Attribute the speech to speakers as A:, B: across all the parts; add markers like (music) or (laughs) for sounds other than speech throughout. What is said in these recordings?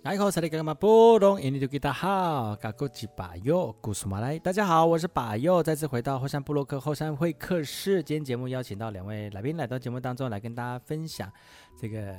A: 大家好，萨利格玛布隆，印尼吉大号，嘎古吉巴佑，古苏马来。大家好，我是巴佑，再次回到后山部落克后山会客室。今天节目邀请到两位来宾来到节目当中，来跟大家分享这个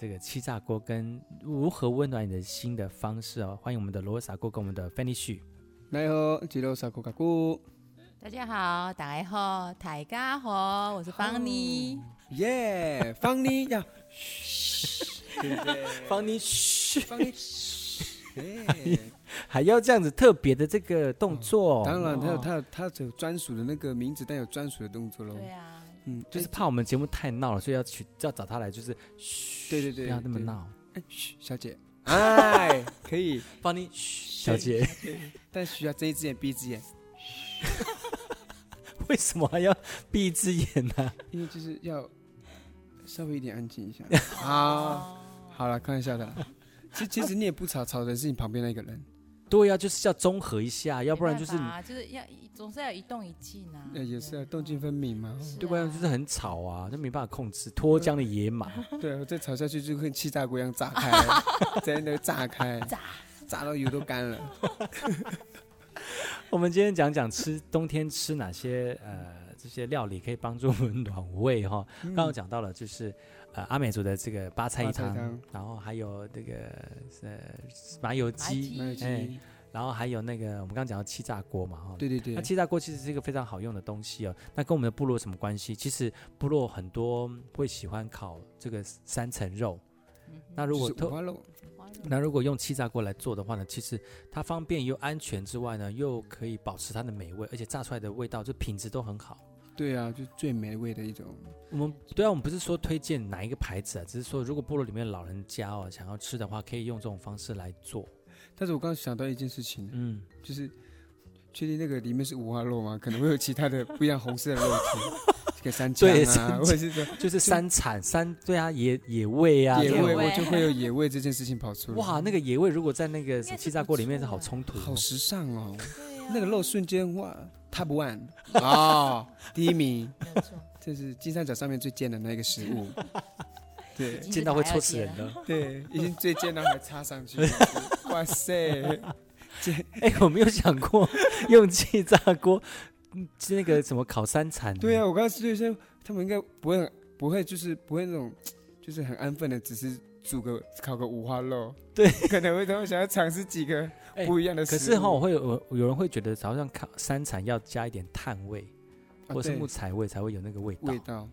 A: 这个气炸锅跟如何温暖你的心的方式哦。欢迎我们的罗萨锅跟我们的 Fanny 旭。
B: 来好，吉罗萨古嘎古，
C: 大家好，大家好，大家好，我是邦妮。
B: 耶，方妮呀，
A: 方妮旭
B: 方 (laughs) 妮，哎，
A: 还要这样子特别的这个动作、
B: 当然，他有
A: 哦
B: 他有他有专属的那个名字，但有专属的动作喽。
C: 对啊，
B: 嗯，
A: 就是怕我们节目太闹了，所以要去要找他来，就是
B: 对对对
A: 不要那么
B: 对
A: 闹。
B: 哎，嘘小姐， (laughs) 哎，可以，
A: 方妮小姐。
B: 但需要睁一只眼闭一只眼，
A: (laughs) 为什么还要闭一只眼呢、
B: 因为就是要稍微一点安 (laughs) 静一下。啊，好了，开玩笑的啦。其其实你也不吵，吵的是你旁边那个人。
A: (laughs) 对呀、就是要综合一下，要
C: 要
A: 不然就是你，
C: 就是要总是要一动一静啊。
B: 呃，也是啊，动静分明嘛。
C: 是啊
A: 对不然就是很吵啊，就没办法控制，脱缰的野马。
B: 对，我再吵下去就跟气炸锅一样炸开了，在那炸开，炸炸到油都干了。
A: 我们今天讲讲吃冬天吃哪些呃这些料理可以帮助我们暖胃哈、
B: 嗯
A: 刚刚讲到了就是呃阿美族的这个八菜一汤，
B: 八菜一汤
A: 然后还有这个呃麻油鸡，
C: 麻油鸡
B: 那已经
A: 哎然后还有那个我们刚刚讲到气炸锅嘛哈、
B: 对对对
A: 那，气炸锅其实是一个非常好用的东西哦。那跟我们的部落有什么关系？其实部落很多会喜欢烤这个三层肉。
C: 嗯哼
A: 那如果
B: 就是五
A: 特
B: 花肉，
C: 哇
A: 那如果用气炸锅来做的话呢，其实它方便又安全之外呢，又可以保持它的美味，而且炸出来的味道就品质都很好。
B: 对啊，就是最美味的一种。
A: 我们对啊，我们不是说推荐哪一个牌子啊，只是说如果部落里面的老人家哦想要吃的话，可以用这种方式来做。
B: 但是我刚刚想到一件事情，
A: 嗯，
B: 就是确定那个里面是五花肉吗？可能会有其他的不一样红色的肉体，给三枪
A: 对山
B: 啊，
A: 羌
B: 或者是说
A: 就是山产山对啊，野野味啊，
B: 野
A: 这种
B: 味，
C: 味
B: 我就会有野味这件事情跑出来。
A: 哇，那个野味如果在那个
C: 应该是
A: 气炸锅里面是好冲突、哦，
B: 好时尚哦，
C: 对啊
B: 那个肉瞬间哇，Top One 啊，第一名，
C: 没有错
B: 这是金三角上面最尖的那个食
A: (laughs)
B: 物。对
C: 已经
A: 见到会
C: 是打
A: 戳
C: 要
A: 死
C: 结
A: 人
C: 了
A: 的。
B: 对，已经最尖了还插上去，哇塞！
A: (laughs) 哎、我没有想过用气炸锅，嗯那个什么烤山产。
B: 对啊，，我刚刚就些他们应该不会很不会就是不会那种就是很安分的，只是煮个烤个五花肉，
A: 对，
B: 可能会他们想要尝试几个
A: 哎
B: 不一样的食物。哦
A: 可是哈，我会有有人会觉得好像烤山产要加一点炭味、
B: 啊
A: 或是
B: 对
A: 木啊材味才会有那个味道。
B: 味道，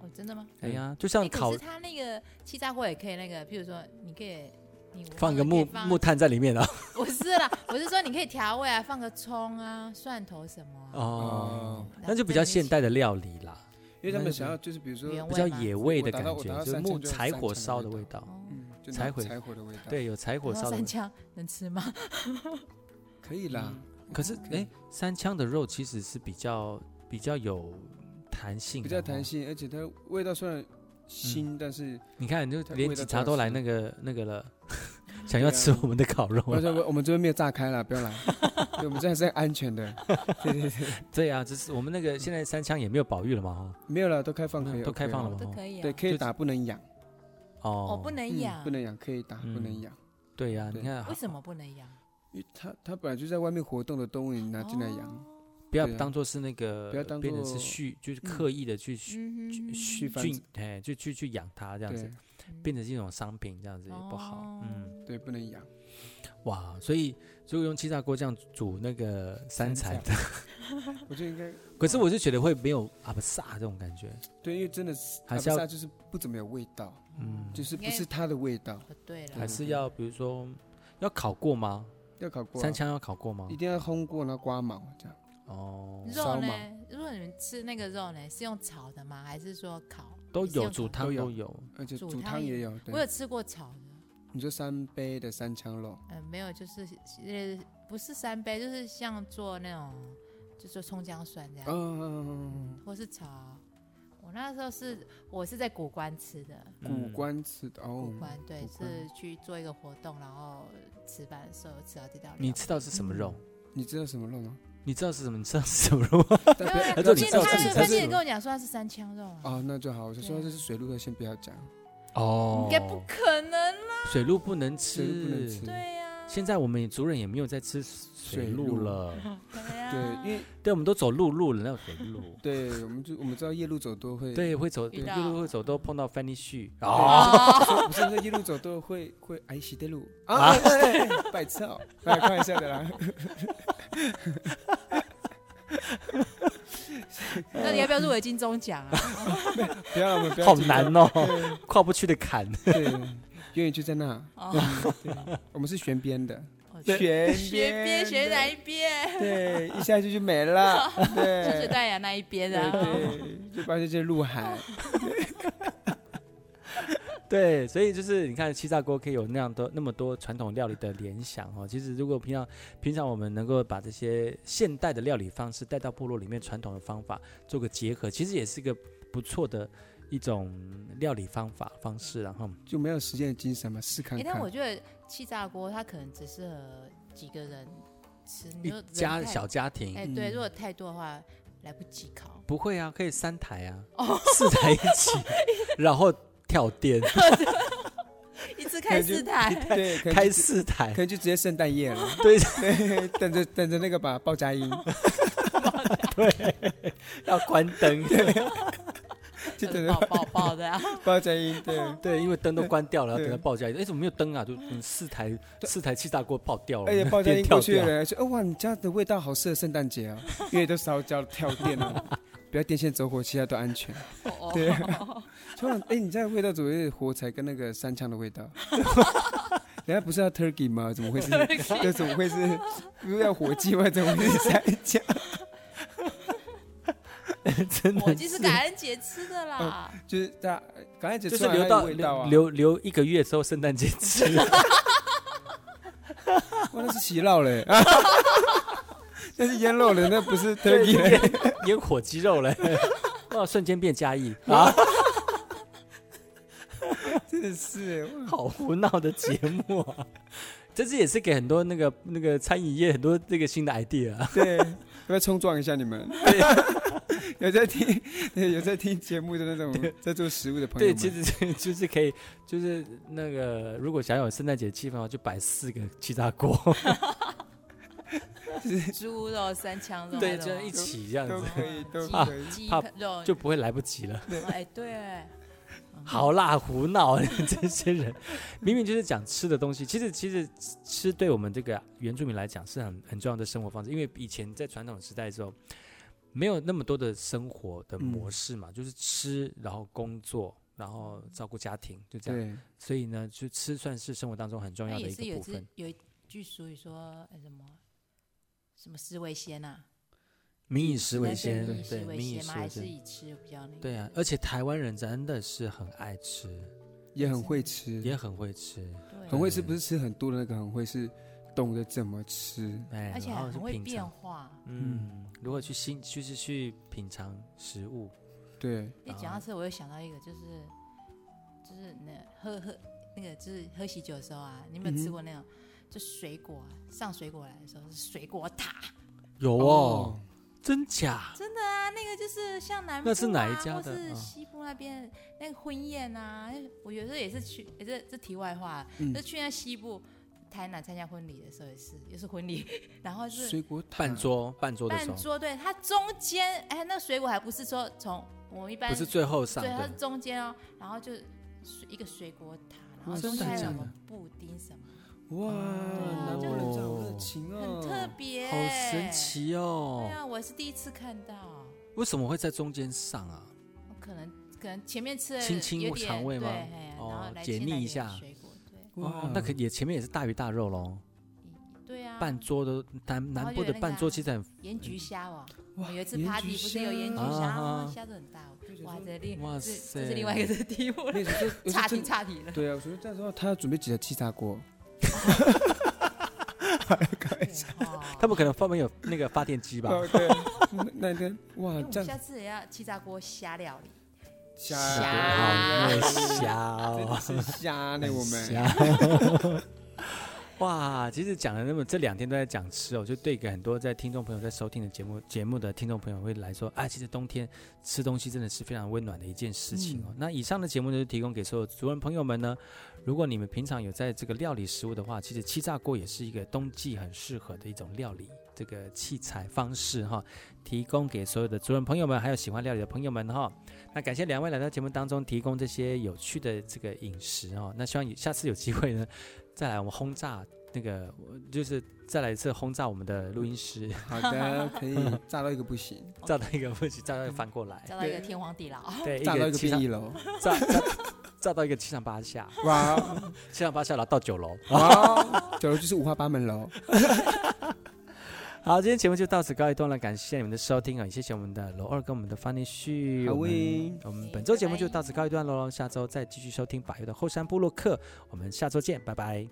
C: 哦，真的吗？
A: 哎呀，就像
C: 哎
A: 烤
C: 可是它那个气炸锅也可以那个，譬如说你可以你
A: 放个
C: 可以
A: 木
C: 放
A: 木炭在里面
B: (laughs)
A: 啊。
C: 不是啦，我是说你可以调味啊，放个葱啊、蒜头什么啊，
A: 哦
B: 哦，
A: 那就比较现代的料理啦，
B: 因为
A: 那
B: 他们
A: 个
B: 想要就是比如说，
C: 原味
A: 比较
C: 吗
A: 野味的
B: 我
A: 感
B: 打到我打
A: 觉，
B: 到
A: 就是
B: 山
A: 木
B: 羌就是
A: 柴
B: 山
A: 火
B: 羌的
A: 烧
B: 味
A: 的味道。
C: 哦
B: 嗯，就
A: 柴
B: 柴
A: 火
B: 柴火的味道，，
A: 对，有柴火
C: 然
A: 烧
C: 后
A: 的味
C: 三
A: 道。
C: 枪能吃吗？
B: 可以啦。
A: 可是哎、山羌的肉其实是比较比较有弹性，啊
B: 比较弹。性，而且它味道虽然腥，
A: 嗯
B: 但是
A: 你看，就
B: 它
A: 连
B: 味道
A: 警
B: 都
A: 察
B: 要
A: 都来
B: 吃
A: 那个那个
B: (laughs)
A: 了，想要
B: 对啊
A: 吃我们的烤肉
B: 而且
A: 了。
B: 我我们这边没有炸开啦，
A: (laughs)
B: 不要来，对我们这还是安全的。对对对，
A: 对啊，就是我们那个现在三枪也没有保育了嘛，哈。
B: 没有了，都开放
A: 没有
B: 可以，
A: 嗯都开放了吗
C: 都可以啊。
B: 对，可以
A: 就是
B: 打，不能养。
A: 哦，
C: 哦，不能
B: 嗯
C: 养
B: 不，能养，可以打，不能
A: 嗯
B: 养，
A: 对呀、你
B: 对
A: 看，
C: 为什么不能养？
B: 因为它它本来就在外面活动的动物，你拿进来养，
A: 不要
B: 对啊
A: 当做是那个，
B: 不要当
A: 变成是
B: 作
A: 蓄，就是
B: 嗯
A: 刻意的去蓄
C: 嗯
A: 蓄
B: 繁
A: 菌
B: 殖，
A: 哎，就去去养它这样子
B: 对，
A: 变成是一种商品，这样子也不好。
C: 哦
A: 嗯，
B: 对，不能养。
A: 哇，所以如果用气炸锅这样煮那个三
B: 山
A: 彩
B: 菜
A: 的，
B: 我觉得应该，
A: 可是我就觉得会没有阿不萨这种感觉。
B: 对，因为真的是
A: 还
B: 阿
A: 是
B: 布
A: 要
B: 萨就是不怎么有味道，
A: 嗯，
B: 就是
C: 应
B: 不
C: 该
B: 是它的味道，
C: 不哦对了，
A: 还
B: 对
A: 是要比如说要烤过吗？
B: 要烤过啊，
A: 三枪要烤过吗
B: 一？定要烘过，然后刮毛这样。
A: 哦，
C: 肉
B: 烧
C: 呢？如果你们吃那个肉呢，是用炒的吗？还是说烤？
A: 都
C: 你是
A: 有
C: 用
A: 煮
C: 烤的
A: 汤
B: 有
A: 都有。
B: 而且
C: 煮
B: 煮
C: 汤
B: 汤
C: 也
B: 也有，
C: 我
B: 对，
C: 有吃过炒的，
B: 你说三杯的三枪肉，
C: 呃嗯，没有，就是呃，不是三杯，就是像做那种就做葱姜蒜
B: 啊
C: 这样，
A: 哦
B: 嗯，
C: 或是炒。我那时候是我是在古关吃的，
B: 古
A: 嗯
B: 关吃的哦
C: 古，关对
B: 古关
C: 是去做一个活动，然后吃饭的时候吃到这道料。
A: 你吃到是什么肉？
B: 你知道什么肉吗？
A: 你知道是什么？你知道是什么肉吗？
B: 但
A: (laughs)
B: 不要
C: 因为
A: 还
B: 不
A: 是
B: 要
A: 哎你
B: 紧
A: 知
C: 因为
A: 道
B: 张
A: 自
C: 哎
A: 己才
B: 张
C: 他那个
A: 是
C: 记者跟我讲说他是三枪肉啊，
B: 哦，那就好。我就说
C: 对
B: 这是水路的，先不要讲，
A: 哦
C: 应，该不可能啦。
A: 水路不能
B: 水路不能
A: 吃。
B: 吃。
C: 对呀，
A: 现在我们族人也没有在吃水
B: 水
A: 路
B: 路
A: 了，
C: 对呀，
B: 对，因为
A: (laughs) 对，我们都走陆路了，那有水路。
B: 对，我们就我们知道夜路走多会，
A: 对，会走
C: 遇
A: 陆
C: 到
A: 路会走都碰到 Fanny 絮哦，
C: 哦，
B: 不是那夜路走多会会挨西的路啊，哎哎哎摆臭，哎开玩笑的啦。
C: (laughs) 那你要不要入围金钟奖啊？
B: 不要了，我们不要
A: 好
B: 紧张
A: 难哦，跨不去的坎。
B: 对，永远就在那。
C: 哦，
B: 我们是悬边的，
C: 哦
B: 悬
C: 学边学哪一边？
B: 对，一下去就没了。
C: 深水
B: 对，
C: 断崖那一边的
B: 对
C: 啊。
A: 哦
B: 对，就发现这鹿晗，
A: 对，所以就是你看气炸锅可以有那样多那么多传统料理的联想哦。其实如果平常平常我们能够把这些现代的料理方式带到部落里面传统的方法做个结合，其实也是一个不错的一种料理方法方式。然
C: 嗯
A: 后
B: 就没有时间的精神嘛，试看
C: 哎，但我
B: 看。
C: 觉得气炸锅它可能只适合几个人吃，你
A: 一
C: 就人
A: 家
C: 太
A: 小家庭
C: 哎，对，
B: 嗯
C: 如果太多的话来不及
A: (laughs)
C: 烤。
A: 不会啊，可以三台啊，
C: 哦
A: 四台一
C: (laughs)
A: 起，然后跳电
C: 一次开四台，
B: 对，可能
A: 开
B: 就
A: 四台
B: 可，能就直接圣诞夜了。
A: 哎 (laughs) 对
B: (laughs) 对，等着等着那个吧，鲍佳
C: (laughs)
B: 音
A: 要关
C: (laughs)
A: 灯。
B: 就等
C: 爆哦
B: 着
C: 爆爆的啊！
B: 鲍佳音，对，
A: 对，因为灯都关掉了，要等
B: 对
A: 它爆炸。哎，怎么没有灯啊？就嗯四台四台气炸锅爆掉了，
B: 而且
A: (laughs)
B: 鲍佳
A: 电
B: 音
A: 跳
B: 过去
A: 掉
B: 的人说：“哦哇，你家的味道好适合圣
A: (laughs)
B: 诞节哦，因为都烧焦跳电了，不要电线走火，其他都安全。”
C: 哦 (laughs)
B: 对，突然，哎、你这样味道怎么有点火柴跟那个三枪的味
C: (laughs)
B: 道？人家不是要 turkey 吗？怎么会是？这怎么会是？不是要火鸡吗？怎么会是三枪？ (laughs)
A: 真的
C: 我就是感恩节吃的啦，
B: 就是大家刚才只
A: 就
B: 吃
A: 是
B: 完
A: 留
B: 它
A: 到
B: 的味道
A: 留
B: 啊，
A: 留留一个月之后圣诞节吃，
B: (laughs)
A: (laughs)
B: 哇，那是洗
A: (laughs)
B: 脑嘞、啊，那是腌肉了，那不是 turkey 嘞、
A: 腌腌火鸡肉嘞， (laughs) 哇，瞬间变嘉义啊，
B: 真的是哇
A: 好胡闹的节目啊！ (laughs) 这次也是给很多那个那个餐饮业很多这个新的 idea 啊。
B: 对，要不要冲撞一下你们？有在听对有在听节目的那种在做食物的朋友
A: 对，
B: 们，
A: 其实 (laughs) 就就是可以，就是那个如果想有圣诞节气氛的话，就摆四个气炸锅，
C: 猪肉、三枪肉，
A: (laughs) 对，这样一
C: 鸡
A: 起这样
B: 都
A: 子
B: 可以都
A: 啊
B: 可以。
C: 鸡
A: 怕
C: 肉
A: 就不会来不及了。
C: 哎对，
A: 好啦，胡闹！ (laughs) 这些人明明就是讲吃的东西，其实其实吃对我们这个原住民来讲是很很重要的生活方式，因为以前在传统时代的时候，没有那么多的生活的模式嘛，就是吃，然后工作，然后照顾家庭，就这样。
B: 对，
A: 所以呢，就吃算是生活当中很重要的
C: 那也
A: 一
C: 是
A: 个
C: 有
A: 部
C: 只
A: 分。
C: 有一句俗语说哎什么什么食为先啊，
A: 民以食为先，
C: 民以食
A: 对，
C: 为
A: 民以
C: 先
A: 食
C: 嘛，
A: 为
C: 还是
A: 先。
C: 以吃比较那个？
A: 对啊，而且台湾人真的是很爱吃，
B: 也很会吃，
A: 也很会吃，
C: 对，
B: 很会吃，不是吃很多的那个很会，是懂得怎么吃。
A: 哎，
C: 啊而且
A: 然后
C: 还
A: 是
C: 很会
A: 品
C: 变
A: 尝。
C: 化。
A: 嗯，如何去新就是去品尝食物，
B: 对，
C: 一讲
A: 啊
C: 到吃，我又想到一个，就是就是那喝喝那个就是喝喜酒的时候啊，你有没有
B: 嗯
C: 吃
B: 哼
C: 过那种？就水果啊上水果来的时候是水果塔
A: 有哦，，真假？
C: 啊，那个就是像南部、啊、
A: 那是哪一家
C: 或
A: 的
C: 是
A: 嗯
C: 西部那边、那个婚宴啊。我有时候也是去，也是这题外话，
B: 嗯
C: 就去那西部台南参加婚礼的时候也是，也是婚礼， (laughs) 然后是
B: 水果塔
A: 半桌半桌的时
C: 半
A: 候，
C: 桌，对，它中间哎，那水果还不是说从我们一般
A: 不是最后上
C: 对，它是
A: 的，
C: 中间哦，然后就水一个水果塔，然后
B: 哇
C: 中间还有
A: 哦真的假
C: 什
A: 的
C: 么布丁什么，
B: 哇，
A: 啊
B: 南部
C: 就
B: 人真有热情
C: 很特
B: 哦，
C: 别、
A: 好神。奇
C: 对
A: 哦！
C: 啊，我是第一次看到，
A: 为什么会在中间上啊？
C: 我可能可能前面吃了
A: 清清
C: 有点
A: 肠胃吗
C: 对嘿啊
A: 哦
C: 然后来
A: 解
C: 先
A: 腻
C: 来
A: 一
C: 点
A: 下
C: 水果，对
A: 哦，那可也前面也是大鱼大肉喽，
C: 对啊，
A: 半桌的南南部的半桌其实很
C: 盐焗虾哦。我
B: 哇
C: 们有一次
B: 盐焗
C: party 不是有盐焗
A: 虾
C: 虾
A: 啊
C: 吗？虾子很大哦，哇，这另
A: 哇
C: 这
A: 塞
C: 这是另外一个的题目了，
A: (laughs)
B: 那时候
C: 岔题岔题了。
B: 对啊，我说这时候他要准备几台气炸锅，一下。
A: 他
C: 他
A: 们可能放没有那个发电机吧？
B: 哦， (laughs) 对，那那天哇，
C: 我
B: 这样
C: 下次也要气炸锅虾料理，
B: 虾
A: 好
C: 虾
A: 内瞎 (laughs)
B: 真
A: 哦
B: 的是虾呢，我们
A: 瞎 (laughs) 哇，其实讲了那么这两天都在讲吃哦，就对给很多在听众朋友在收听的节目节目的听众朋友会来说，啊，其实冬天吃东西真的是非常温暖的一件事情哦。
B: 嗯
A: 那以上的节目呢，就提供给所有族人朋友们呢，如果你们平常有在这个料理食物的话，其实气炸锅也是一个冬季很适合的一种料理这个器材方式哈，提供给所有的族人朋友们，还有喜欢料理的朋友们哈。那感谢两位来到节目当中提供这些有趣的这个饮食哦。那希望下次有机会呢，再来我们轰炸那个，就是再来一次轰炸我们的录音师，
B: 好的，
A: (laughs)
B: 可以炸到一个不行，
A: 炸到一个不行，炸到一个翻过来，
C: 炸到一个
B: 对
C: 天荒地老。
A: 哎对，
B: 哦炸到一
A: 个
B: 个
A: 七
B: 变
A: 上
B: 异楼，
A: 炸炸 (laughs) 炸到一个七上八下，
B: 哇
A: 七上八下，然后到九楼。 (laughs)
B: 哇，九楼就是五花八门楼，
A: 好，今天节目就到此告一段落，感谢你们的收听啊，也谢谢我们的楼二跟我们的方念旭。
B: 好
A: 哎我
B: 喂
A: 们我们本周节目就到此告一段落喽，下周再继续收听百优的后山部落客，我们下周见，拜拜。